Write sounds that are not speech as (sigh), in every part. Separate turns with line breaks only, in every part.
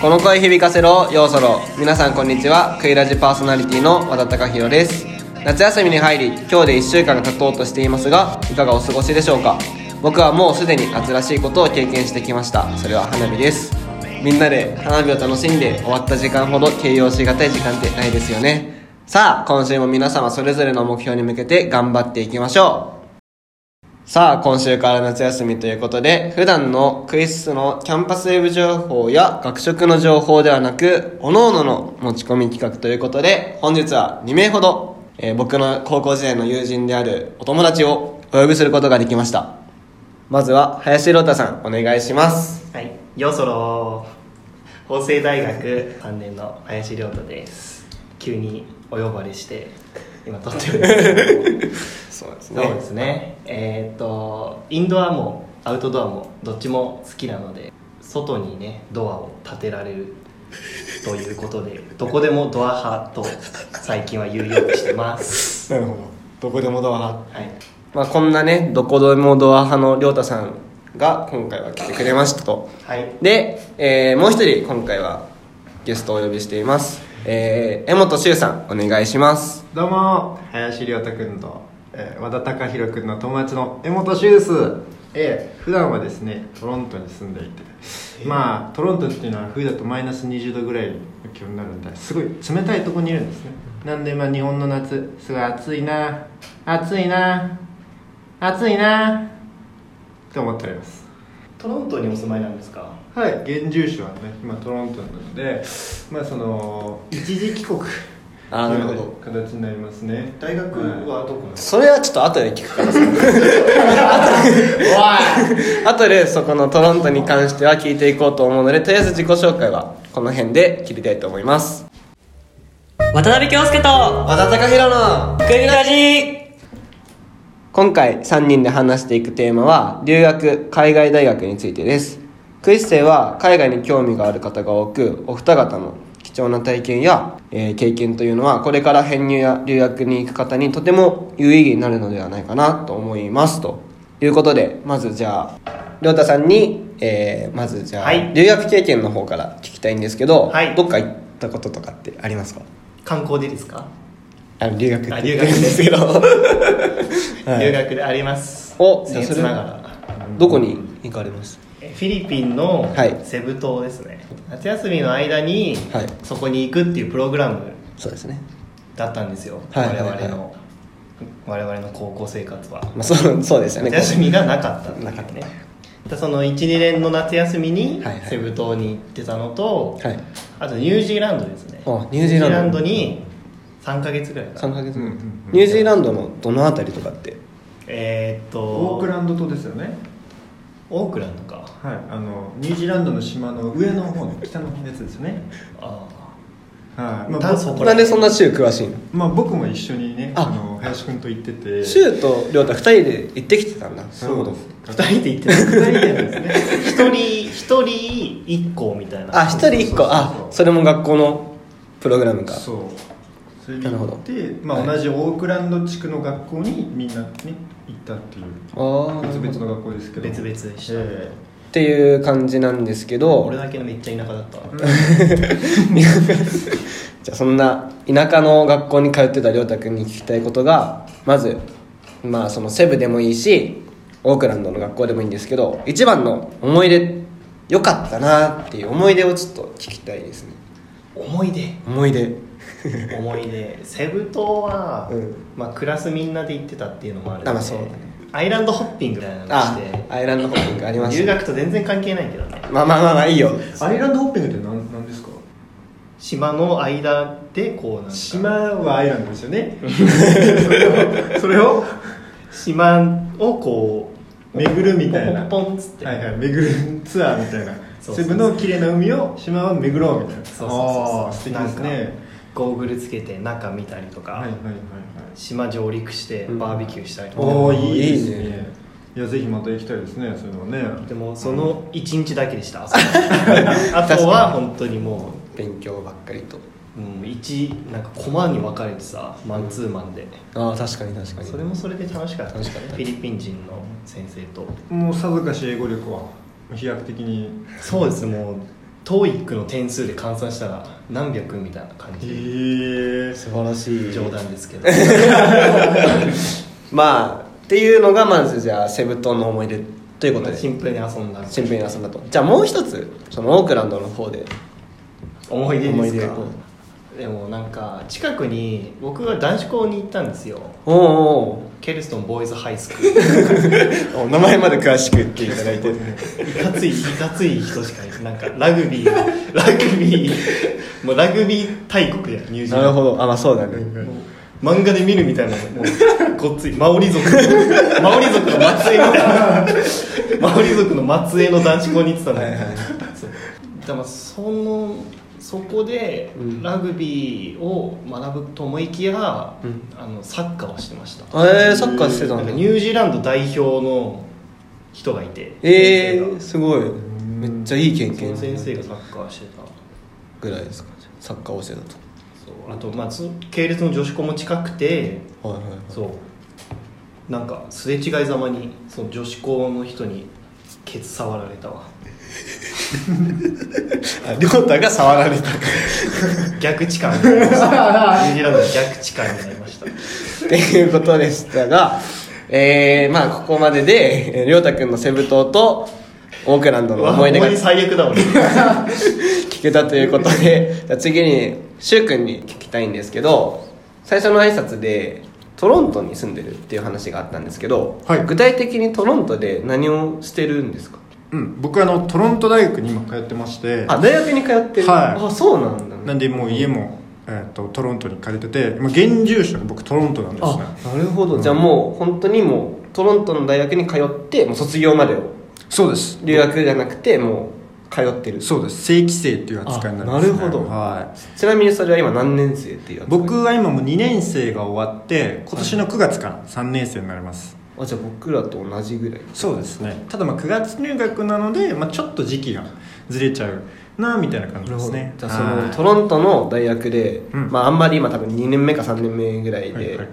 この声響かせろようそろ皆さんこんにちはクイラジパーソナリティの和田貴弘です夏休みに入り今日で1週間が経とうとしていますがいかがお過ごしでしょうか僕はもうすでに夏らしいことを経験してきましたそれは花火ですみんなで花火を楽しんで終わった時間ほど形容しがたい時間ってないですよねさあ今週も皆様それぞれの目標に向けて頑張っていきましょうさあ、今週から夏休みということで、普段のクイズ室のキャンパスウェブ情報や学食の情報ではなく、各々の持ち込み企画ということで、本日は2名ほど、えー僕の高校時代の友人であるお友達をお呼びすることができました。まずは、林亮太さん、お願いします。
はい、よそろ法政大学3年の林亮太です急にお呼ばれして今撮ってるんです
そうです
けどそうですねえーっとインドアもアウトドアもどっちも好きなので外にねドアを立てられるということでどこでもドア派と最近は言うようにしてます
なるほど。どこでもドア派。
はい
まあ、こんなね、どこでもドア派の亮太さんが今回は来てくれましたと。
はい
で、えーもう一人今回はゲストをお呼びしています、えー、江本修さんお願いします
どうも林亮太君と、えー和田貴弘君の友達の江本修スえー普段はですねトロントに住んでいて、まあトロントっていうのは冬だとマイナス20度ぐらいの気温になるんですごい冷たいとこにいるんですねなんでまあ日本の夏すごい暑いな暑いな暑いなって思っております
トロントにお住まいなんですか
はい現住所はね今トロントなのでまあその一時帰国
あーなるほど
形になりますね
大学はどこなんですか
それはちょっと後で聞くからさ後で (laughs) 後でそこのトロントに関しては聞いていこうと思うのでとりあえず自己紹介はこの辺で切りたいと思います
渡辺京介と
和田貴弘の
クイラジ
今回3人で話していくテーマは留学海外大学についてですクイズ生は海外に興味がある方が多くお二方の貴重な体験や、えー経験というのはこれから編入や留学に行く方にとても有意義になるのではないかなと思いますということでまずじゃあ亮太さんに、えーまずじゃあ、
はい
留学経験の方から聞きたいんですけど、
はい
どっか行ったこととかってありますか
観光でですか
あ留学って
あ
言
留
っ
学
てるん
で
です
す
け (laughs)
け
ど
ど、
はい
留学であります
お
僭越ながら
どこに行かれました
えフィリピンの
はい
セブ島ですね、夏休みの間に
はい
そこに行くっていうプログラム
そうですね
だったんですよ、
はいはいはい
我々の我々の高校生活は
まあ、そうそうですよね
夏休みがなかったんだ
なか
け
っ
どねでその12年の夏休みに
はいはい
セブ島に行ってたのと、
はい
あとニュージーランドですね
あニュージーランド
に3ヶ月ぐらいか
3
な
ヶ月
うんうんうん
ニュージーランドのどの辺りとかって
えーっと
オークランド島ですよね
オークランドか
はいあのニュージーランドの島の上の方の北の方のやつですよね
あ
はい、
あ
まあ
炭素これ
なんでそんな州詳しいの
まあ、僕も一緒にね
あ
あの林くんと行ってて
州と亮太2人で行ってきてたんだ
そういうことです
2人で行ってた
二人でですね
一人一人一校みたいな
あ一1人1個あそれも学校のプログラムか
そうそれで
なるほ
行
ど
って、まあ、
は
同じオークランド地区の学校にみんなね行ったっていう
ああ
別々
っ
の学校ですけど
別々でした、
え
ていう感じなんですけど
俺だけのめっちゃ田舎だったわ、
(laughs) じゃあそんな田舎の学校に通ってた亮太君に聞きたいことがまずまあそのセブでもいいしオークランドの学校でもいいんですけど一番の思い出良かったなっていう思い出をちょっと聞きたいですね
思い出
思い出
思い出セブ島は、
うん
まあ、クラスみんなで行ってたっていうのもあるので
あまあそうだね
アイランドホッピングみたいなのをし
あ
て
アイランドホッピングあります
留学と全然関係ないけどね
まあまあまあまあいいよ
ーアイランドホッピングって何何ですか
島の間でこうなんか
島はアイランドですよ (laughs) ねそれをそ
島をこう
れを巡るみたいな
ポンポンポンっつって、
はいはい、巡るツアーみたいな
そうそう
セブの綺麗な海を島を巡ろうみたいな
そうそうそうそ
あ
う
ー素敵です
なんか
ね
ゴーグルつけて中見たりとか、
はいはいはいはい
島上陸して
うん
バーベキューしたりとか、
おお
ー
いいですね
いいね
いやぜひまた行きたいですねそういうのはね
でもその1日だけでした、あとは本当にも
勉強ばっかりと
う、うん、1なんかコマに分かれてさマンツーマンで、
ああ確かに確かに
それもそれで楽しかった
楽しかった
フィリピン人の先生と
もうさぞかし英語力は飛躍的に
そうですもうトーイックの点数で換算したら何百みたいな感
え
じ
ー、
素晴らしい
冗談ですけど
まあっていうのがまずじゃあセブ島の思い出ということで
シンプルに遊んだ
新聞に遊んだとじゃあもう一つそのオークランドの方で
思い出で
思い
す
出
かでもなんか近くに僕は男子校に行ったんですよ
おお
ケルストンボーイズハイスクール
お名前まで詳しく言っていただいて
いかついいかつい人しかいないなんかラグビーラグビーもうラグビー大国やニュージ
(laughs) な
ーラ
る
ンド
ほどあまあそうだね
漫画で見るみたいなもうごっついマオリ族
(laughs)
のマオリ族の末裔みたいなマオリ族の末裔の男子校に行ってたんだよ、そうだからそのそこで
うん
ラグビーを学ぶと思いきや、
うん
あのサッカーをしてました
えー、サッカーしてた
なん
ん
か
だ
ニュージーランド代表の人がいて
えー、
先
すごいめっちゃいい経
生がそ
験
の先生がサッカーしてた
ぐらいですかサッカーをしてた
そうあと、まあ、つ系列の女子校も近くて
とはいはいはい
そうなんかすれ違いざまにその女子校の人にケツ触られた (laughs) わ
あ亮太が触られた
逆痴漢になりましたニュージーランドの逆痴漢になりました
っていうことでしたが、えー、まあここまででえー亮太くんのセブ島とオークランドの
うわ
思い出が
ほんまに最悪だ (laughs) 俺
聞けたということで (laughs) じゃあ次にく君に聞きたいんですけど最初の挨拶でトロントに住んでるっていう話があったんですけど、
はい
具体的にトロントで何をしてるんですか
うん僕あのトロント大学に今通ってまして
あ大学に通ってる、
はい
あそうなんだ、ね、
なんでもう家も、えー、とトロントに借りてて今現住所が僕トロントなんですね
あなるほど、じゃあもう本当にもうトロントの大学に通ってもう卒業までを
そうです
留学じゃなくてもう通ってる
そうです正規生っていう扱いになります、ね、
あなるほど
はい
ちなみにそれは今何年生っていうやつ
僕は今もう2年生が終わって今年の9月から3年生になります、
あじゃあ僕らと同じぐらい
そうですねただまあ9月入学なので、まあ、ちょっと時期がずれちゃうなみたいな感じですね
じゃあそ
は
の
い
トロントの大学で、
うん
まあ、あんまり今多分2年目か3年目ぐらいで、
はいはい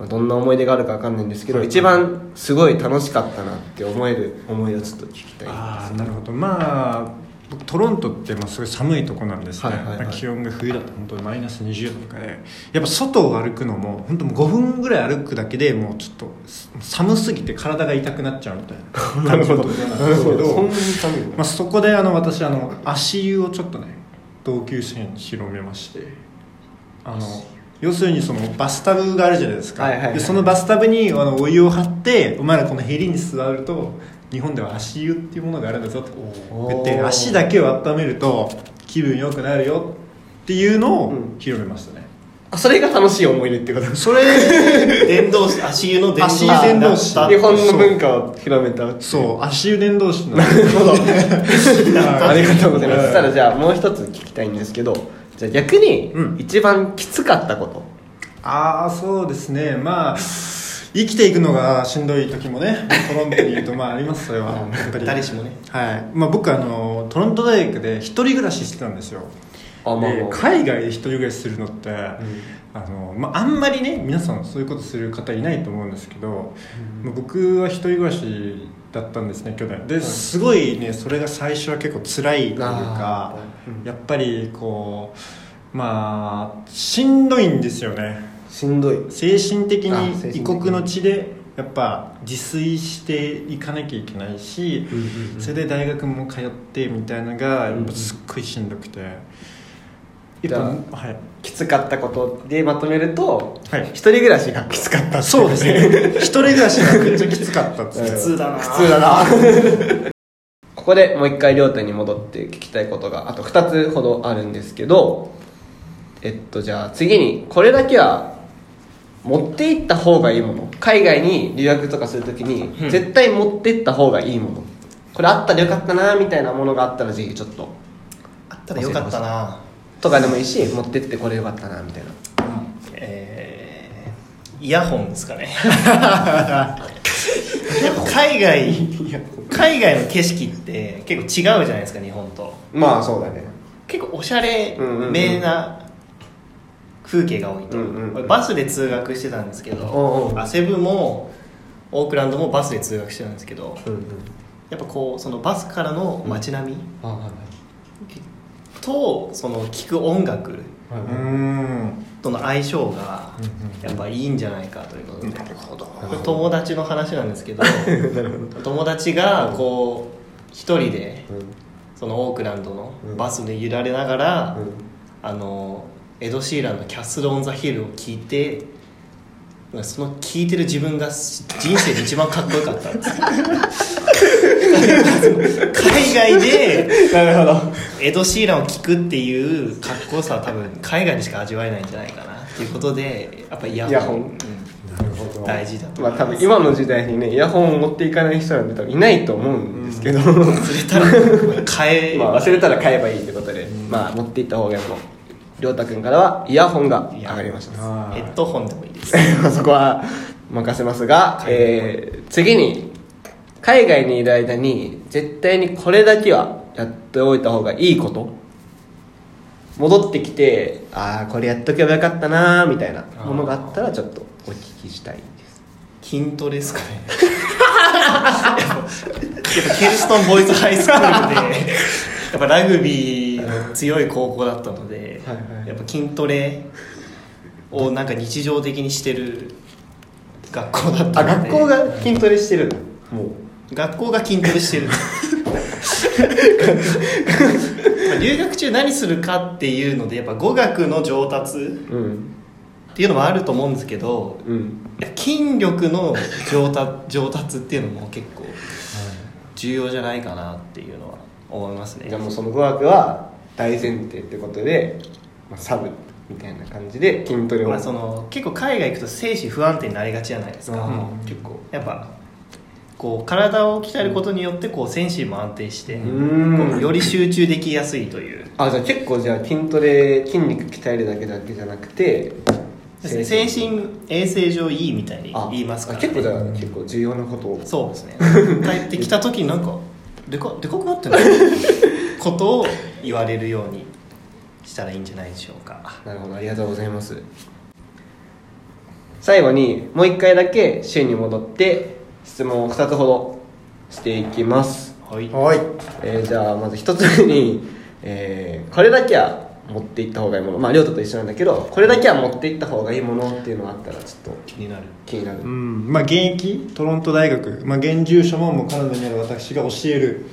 まあ、どんな思い出があるか分かんないんですけど、
はい
一番すごい楽しかったなって思える思い出をちょっと聞きたい
ああなるほどまあ僕トロントってまあすごい寒いとこなんですね、
はいはいはい
まあ気温が冬だと本当にマイナス20度とかでやっぱ外を歩くのも本当もう5分ぐらい歩くだけでもうちょっと寒すぎて体が痛くなっちゃうみたいな感じのことなんですけ
そん
ど
なに寒いの
まあ、そこであの私あの足湯をちょっとね同級生に広めましてあの要するにそのバスタブがあるじゃないですか、
はいはいはい
でそのバスタブにあのお湯を張ってお前らこのヘリに座ると日本では足湯っていうものがあるんだぞと
おー
言って足だけを温めると気分良くなるよっていうのを
うん
広めましたね、
あそれが楽しい思い出ってこと
そ
(laughs)
れ
電動士足湯の電動
足湯伝道師
だっ
日本の文化を広めた
そう足湯伝道師の (laughs)
ありがとうございます。
は
そ
い
したらじゃあもう一つ聞きたいんですけど、じゃあ逆に
うん
一番きつかったこと。
ああそうですねまあ生きていくのがしんどい時もねトロントにいるとまあありますそれはやっぱり
誰しもね
はい、まあ、僕あのトロント大学で一人暮らししてたんですよ
あまあ
で
まあ
海外で一人暮らしするのって、あのまあ、あんまりね皆さんそういうことする方いないと思うんですけど、まあ僕は一人暮らしだったんですね去年ですごいねそれが最初は結構辛いという
あ、
かやっぱりこうまあしんどいんですよね
しんどい。
精神的
あ精神
に
的に
異国の地でやっぱ自炊していかなきゃいけないし、それで大学も通ってみたいのがやっぱすっごいしんどくて、
じゃ
やっぱはい
きつかったことでまとめると、
はい
一人暮らしがきつかった。
そうですね (laughs) 一人暮らしがめっちゃきつかったっつって
うん
普通だな
普通だな。 (laughs) ここでもう一回両手に戻って聞きたいことがあと2つほどあるんですけど、えっとじゃあ次にこれだけは持って行った方がいいもの海外に留学とかするときに
うん
絶対持って行った方がいいものこれあったらよかったなみたいなものがあったらぜひちょっと
あったらよかったな
とかでもいいし持ってってこれよかったなみたいな
えーイヤホンですかね海外海外の景色って結構違うじゃないですか日本と
まあそうだね
結構おしゃれ
うんうんうん
めな風景が多いと、
うんうん
俺バスで通学してたんですけど、
おうおう
アセブもオークランドもバスで通学してたんですけど
うんうん
やっぱこうそのバスからの街並み
あはい
とその聴く音楽
うーん
との相性が
うん
やっぱいいんじゃないかということで
なるほど
これ友達の話なんですけど友達がこう一人でそのオークランドのバスで揺られながら、あのエド・シーランの「キャッスル・オン・ザ・ヒル」を聞いてその聞いてる自分が人生で一番かっこよかったんです海外で
なるほど
エド・シーランを聞くっていうかっこよさは多分海外でしか味わえないんじゃないかなっていうことでやっぱイヤホン
イヤホン
なるほど
大事だと
まあ多分今の時代にねイヤホンを持っていかない人なんて多分いないと思うんですけど、
忘れたら
(laughs)
変え
まあ忘れたら買えばいいってことで、まあ持っていった方がいいもりょうたくんからはイヤホンが上がりました
あー
ヘッドホンでもいいです
(laughs) そこは任せますが、えー次に海外にいる間に絶対にこれだけはやっておいた方がいいこと戻ってきてああこれやっとけばよかったなーみたいなものがあったらちょっとお聞きしたいです
筋トレですかねやっぱケルストンボーイズハイスクールで (laughs) やっぱラグビーの強い高校だったので、
はいはい
やっぱ筋トレをなんか日常的にしてる学校だった
あ
ので
学校が筋トレしてるもう
学校が筋トレして (laughs) るまあ留学中何するかっていうのでやっぱ語学の上達
うん
っていうのもあると思うんですけど
うん
いや筋力の上達上達っていうのも結構重要じゃないかなっていうのは思いますね
じゃあもうその語学は大前提ってことで、まあ、サブみたいな感じで筋トレを、
まあ、その結構海外行くと精神不安定になりがちじゃないですか、
うん結構
やっぱこう体を鍛えることによってこう精神も安定して、
うん
こうより集中できやすいという
あじゃあ結構じゃあ筋トレ筋肉鍛えるだけだけじゃなくて
ですね精神衛生上いいみたいに言いますから、
あ
ね、
結構じゃあ結構重要なことを
そうですね帰ってきた時になんかでかでかくな (laughs) ってないことを言われるようにしたらいいんじゃないでしょうか
なるほどありがとうございます最後にもう一回だけ週に戻って質問を2つほどしていきます、
はい
はい
えーじゃあまず1つ目に、 (laughs) えーこれだけは持っていった方がいいものまあ亮太と一緒なんだけどこれだけは持っていった方がいいものっていうのがあったらちょっと
気になる
気になる、
うんまあ現役トロント大学、まあ、現住所ももうカナダにある私が教える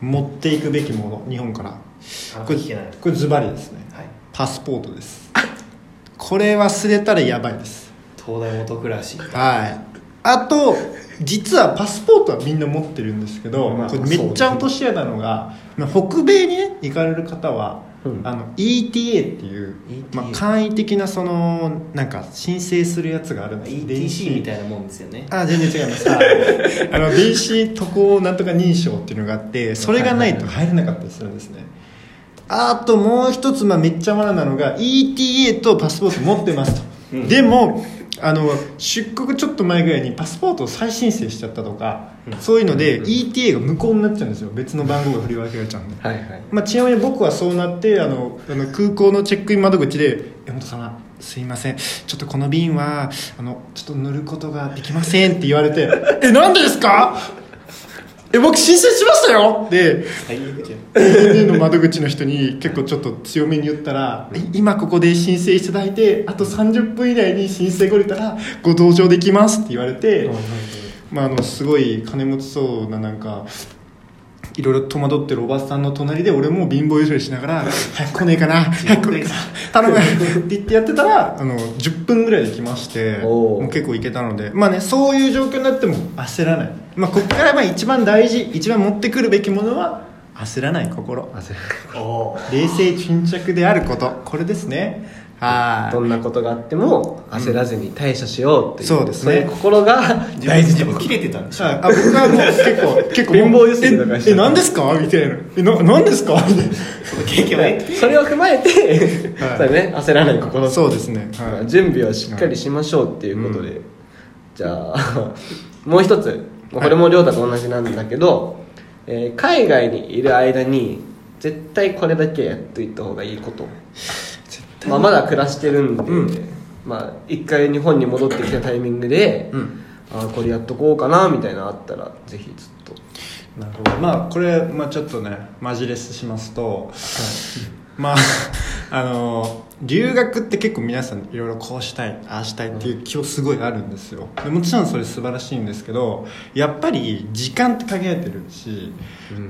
持っていくべきもの日本から
あ
これ
聞けない
これズバリですね
はい
パスポートですこれ忘れたらやばいです
東大元暮らし
はいあと実はパスポートはみんな持ってるんですけど、
まあ
これめっちゃ落とし穴なのが、まあ北米に、ね、行かれる方は、
うん
あの ETA っていう、
ETA
まあ、簡易的なそのなんか申請するやつがあるんです
ETC みたいなもんですよね
あ全然違い (laughs) ますあのあの電子渡航なんとか認証っていうのがあってそれがないと入れなかったりするんですねあともう一つ、まあ、めっちゃマナなのが ETA とパスポート持ってますと、でもあの出国ちょっと前ぐらいにパスポートを再申請しちゃったとか、そういうので ETA が無効になっちゃうんですよ別の番号が振り分けられちゃうんで
はいはい
まあ、ちなみに僕はそうなってあのあの空港のチェックイン窓口で「江本様すいませんちょっとこの便はあのちょっと乗ることができません」って言われて「えなんでですかえ僕申請しましたよ!」で
最悪じゃん
ANA の窓口の人に結構ちょっと強めに言ったら「今ここで申請いただいてあと30分以内に申請がれたらご同乗できます」って言われて、まあ、あのすごい金持ちそうななんかいろいろ戸惑ってるおばさんの隣で俺も貧乏ゆすりしながら「早く来ねえかな早く来ねえかな頼む」って言ってやってたらあの10分ぐらいで来まして
おー
もう結構いけたのでまあねそういう状況になっても焦らない、まあ、ここからまあ一番大事一番持ってくるべきものは焦らない心
おー
冷静沈着であることこれですねは
どんなことがあっても焦らずに対処しようっていう、
そうですね
いう心が
自分自分切れてたんでしょ
ああ僕はもう結構結構
貧乏ゆすりとかして
ええ何ですかみたいな「えな何ですか?」みたいな
その経験はね
(laughs) それを踏まえて、
はい
(laughs) そうだね焦らない心
そうですね、
ま
は
あ
い、
準備はしっかりしましょうっていうことで、
は
じゃあ (laughs) もう一つまあこれも亮太と同じなんだけど、えー海外にいる間に絶対これだけやっといた方がいいこと、まあ、まだ暮らしてるんで、
うん
まあ、一回日本に戻ってきたタイミングで、
うん
ああこれやっとこうかなみたいなのあったらぜひちょっと
なるほどまあこれ、まあ、ちょっとねマジレスしますと、まあ (laughs) あの留学って結構皆さんいろいろこうしたいああしたいっていう気をすごいあるんですよでもちろんそれ素晴らしいんですけどやっぱり時間って限られてるし、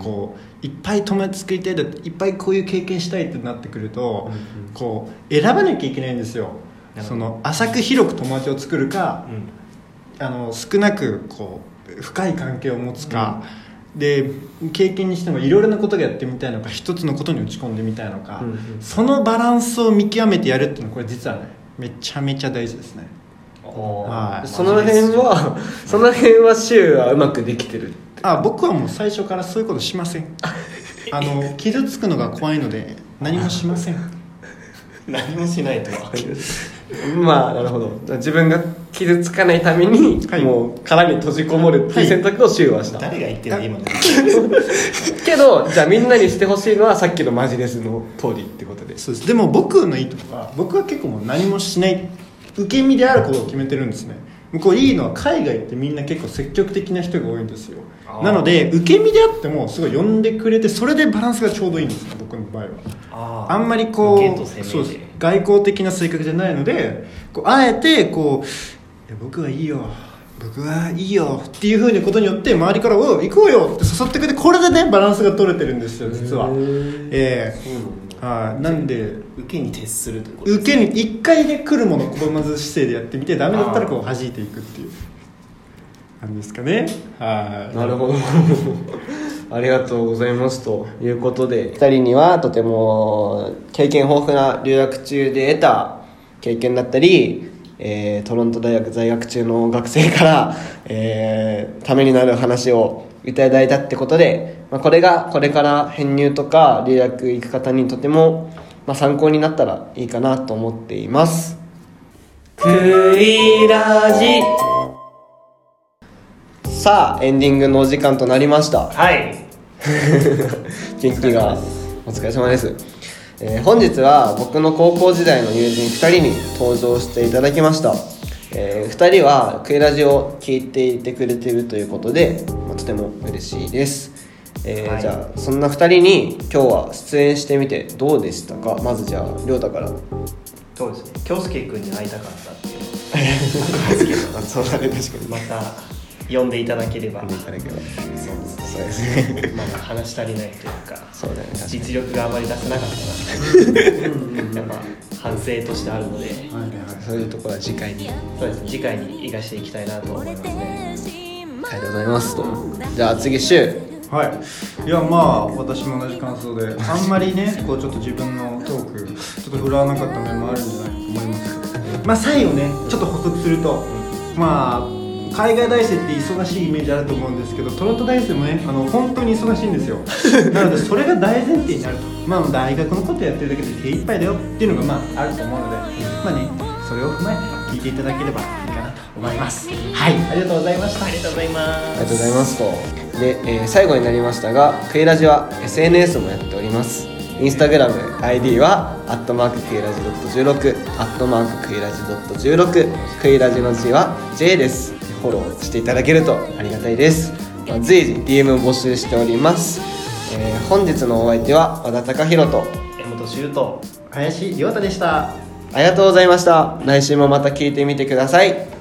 こういっぱい友達作りたいだっていっぱいこういう経験したいってなってくると、こう選ばなきゃいけないんですよその浅く広く友達を作るか、あの少なくこう深い関係を持つか、で経験にしてもいろいろなことがやってみたいのか一つのことに打ち込んでみたいのか、
うんうん
そのバランスを見極めてやるっていうのはこれ実はねめちゃめちゃ大事ですねはい
その辺はその辺は柊はうまくできてる
あ僕はもう最初からそういうことしませ
(laughs)
んあの傷つくのが怖いので何もしません
何もしないとは
(laughs) まあなるほど自分が傷つかないために、
はい
もう殻に閉じこもるっていう選択を柊はした、
(laughs) 誰が言ってるの今の
けどじゃあみんなにしてほしいのはさっきのマジレスの通りってことです
そうですでも僕のいいとこは僕は結構もう何もしない受け身であることを決めてるんですね向こういいのは海外ってみんな結構積極的な人が多いんですよ
あー
なので受け身であってもすごい呼んでくれてそれでバランスがちょうどいいんですよ僕の場合は
あ
あんまりこ
ゲート
う
攻めで
そうです外交的な性格じゃないのでこうあえてこういや僕はいいよ僕はいいよっていうふうなことによって周りから「おう行こうよ」って誘ってくれてこれでねバランスが取れてるんですよ実はええはいなんで
受けに徹するということ
受けに一回で来るものを拒まず姿勢でやってみてダメだったらこう弾いていくっていうなんですかねはい
なるほど (laughs) ありがとうございますということで2人にはとても経験豊富な留学中で得た経験だったり、えートロント大学在学中の学生から、えーためになる話をいただいたってことで、まあ、これがこれから編入とか留学行く方にとても、まあ、参考になったらいいかなと思っています。
くいらじ
さあエンディングのお時間となりました
はい
元気がお疲れ様です、えー本日は僕の高校時代の友人2人に登場していただきました、え2人はクイラジを聞いていてくれているということで、まあとても嬉しいです、えー
はい
じゃあそんな2人に今日は出演してみてどうでしたかまずじゃあ亮太から
そうですね京介君に会いたかったって (laughs) いう
そうだね確か
また呼んでいただければま
そうですね
だ話し足りないというか
そうだね確かに
実力があまり出せなかったなや
(laughs)
っぱ反省としてあるので
そういうところは次回に
そうですね次回に生かしていきたいなと思いますね
ありがとうございますとじゃあ次週
はい、いやまあ私も同じ感想であんまりねこうちょっと自分のトークちょっと振らわなかった面もあるんじゃないかと思いますけどまあ最後ねちょっと補足するとまあ海外大生って忙しいイメージあると思うんですけどトロント大生もねあの本当に忙しいんですよなのでそれが大前提になるとまあ大学のことやってるだけで手一杯だよっていうのがまああると思うのでまあねそれを踏まえて聞いていただければいいかなと思いますはいありがとうございました
ありがとうござい
あ
ま
りがとうございますとで、えー最後になりましたがクイラジは SNS もやっておりますインスタグラム ID は「アットマーククイラジドット16」「アットマーククイラジドット16」クイラジの字は J ですフォローしていただけるとありがたいです、まあ、随時 DM を募集しております、えー本日のお相手は和田貴弘と
す江本修斗
林亮太でした
ありがとうございました来週もまた聞いてみてください